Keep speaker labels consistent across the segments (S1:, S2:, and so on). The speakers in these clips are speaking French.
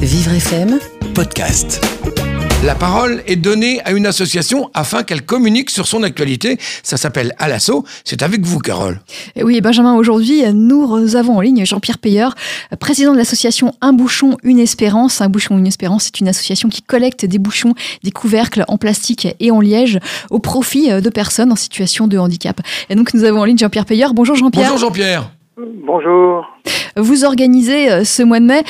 S1: Vivre FM,
S2: podcast.
S3: La parole est donnée à une association afin qu'elle communique sur son actualité. Ça s'appelle À l'assaut. C'est avec vous, Carole.
S4: Et oui, Benjamin, aujourd'hui, nous avons en ligne Jean-Pierre Payeur, président de l'association Un Bouchon, Une Espérance. Un Bouchon, Une Espérance, c'est une association qui collecte des bouchons, des couvercles en plastique et en liège au profit euh, de personnes en situation de handicap. Et donc, nous avons en ligne Jean-Pierre Payeur. Bonjour Jean-Pierre.
S3: Bonjour Jean-Pierre.
S5: Bonjour.
S4: Vous organisez euh, ce mois de mai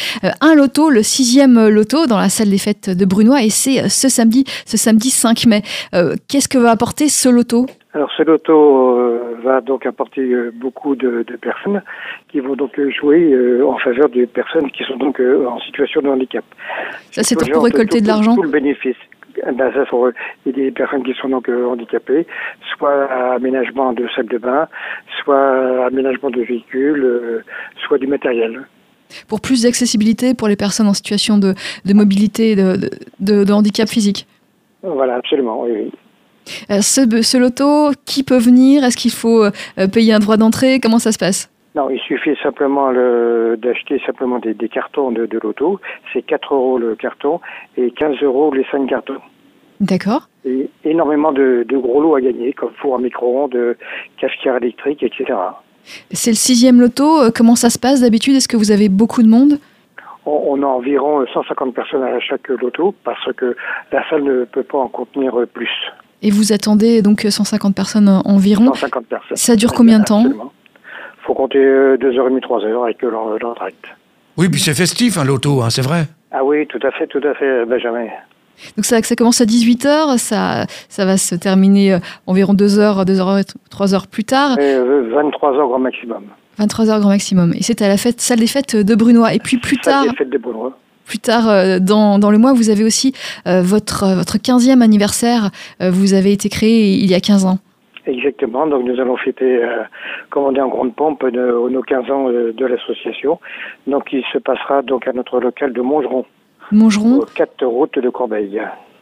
S4: un loto, le sixième euh, loto dans la salle des fêtes de Brunois et c'est euh, ce samedi, ce samedi 5 mai. Euh, Qu'est-ce que va apporter ce loto
S5: Alors ce loto euh, va donc apporter euh, beaucoup de, de, personnes qui vont donc euh, jouer en faveur des personnes qui sont donc euh, en situation de handicap.
S4: Ça c'est pour récolter
S5: tout,
S4: de l'argent
S5: Tout le bénéfice. Ben, ça sont euh, des personnes qui sont donc euh, handicapées, soit aménagement de salle de bain, soit aménagement de véhicules, euh, soit du matériel.
S4: Pour plus d'accessibilité pour les personnes en situation de, de mobilité, de, de, de, handicap physique Euh,
S5: Voilà, absolument, oui. oui.
S4: Ce, ce, loto, qui peut venir Est-ce qu'il faut euh, payer un droit d'entrée Comment ça se passe
S5: non, il suffit simplement euh, d'acheter simplement des, des, cartons de, de l'auto. C'est 4 euros le carton et 15 euros les 5 cartons.
S4: D'accord.
S5: Et énormément de, de, gros lots à gagner, comme four à micro-ondes, cafetière électrique, etc.
S4: C'est le sixième loto. Euh, Comment ça se passe d'habitude Est-ce que vous avez beaucoup de monde
S5: on, a environ 150 personnes à chaque loto parce que la salle ne peut pas en contenir plus.
S4: Et vous attendez euh, donc 150 personnes euh, environ
S5: 150 personnes.
S4: Ça dure combien de temps
S5: Absolument faut compter euh, 2h30, 3h avec l'entracte.
S3: Oui, puis c'est festif, hein, l'auto, hein, c'est vrai.
S5: Ah oui, tout à fait, tout à fait, Benjamin.
S4: Donc ça, ça commence à 18h, ça, ça va se terminer euh, environ 2h, 2h, 3h plus tard.
S5: Et 23h Euh, grand maximum.
S4: 23h grand maximum. Et c'est à la fête, salle des fêtes de Brunois. Et puis plus
S5: salle
S4: tard...
S5: Des fêtes de Brunois.
S4: Plus tard euh, dans, dans, le mois, vous avez aussi euh, votre, votre 15e anniversaire. euh, vous avez été créé il y a 15 ans.
S5: Exactement, donc nous allons fêter, euh, comme on dit en grande pompe, de, nos 15 ans euh, de l'association. Donc il se passera donc à notre local de Mongeron.
S3: Mmh.
S4: Mongeron
S5: 4 route de Corbeil.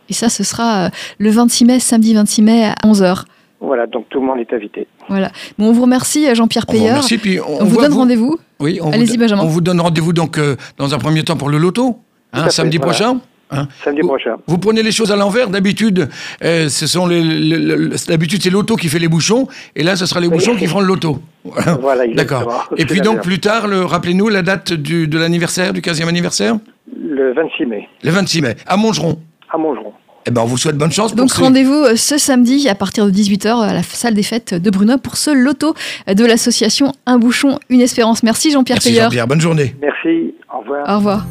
S4: Et ça, ce sera euh, le 26 mai, samedi 26 mai à 11h.
S5: Voilà, donc tout le monde est invité.
S4: Voilà. Bon, on vous remercie, euh, Jean-Pierre Payeur.
S3: On puis
S4: on, on vous donne
S3: vous...
S4: rendez-vous.
S3: Oui, on
S4: Allez-y, Benjamin.
S3: On vous donne rendez-vous donc euh, dans un premier temps pour le loto, hein,
S5: fait,
S3: samedi
S5: voilà.
S3: prochain. Hein
S5: Samedi
S3: vous,
S5: prochain.
S3: Vous prenez les choses à l'envers. D'habitude, euh, ce sont les, les, les d'habitude c'est l'auto qui fait les bouchons, et là, ce sera les bouchons qui feront l'auto.
S5: Voilà,
S3: Ah. D'accord. Et puis donc plus tard, rappelez-nous la date du, de l'anniversaire, du 15e anniversaire.
S5: Le 26 mai.
S3: Le 26 mai, à Montgeron.
S5: À Montgeron.
S3: Eh ben, on vous souhaite bonne chance.
S4: Donc rendez-vous euh, ce samedi à partir de 18h à la salle des fêtes de Bruno pour ce loto de l'association Un Bouchon, Une Espérance. Merci Jean-Pierre
S3: Merci Jean-Pierre, bonne journée.
S5: Merci, au revoir.
S4: Au revoir.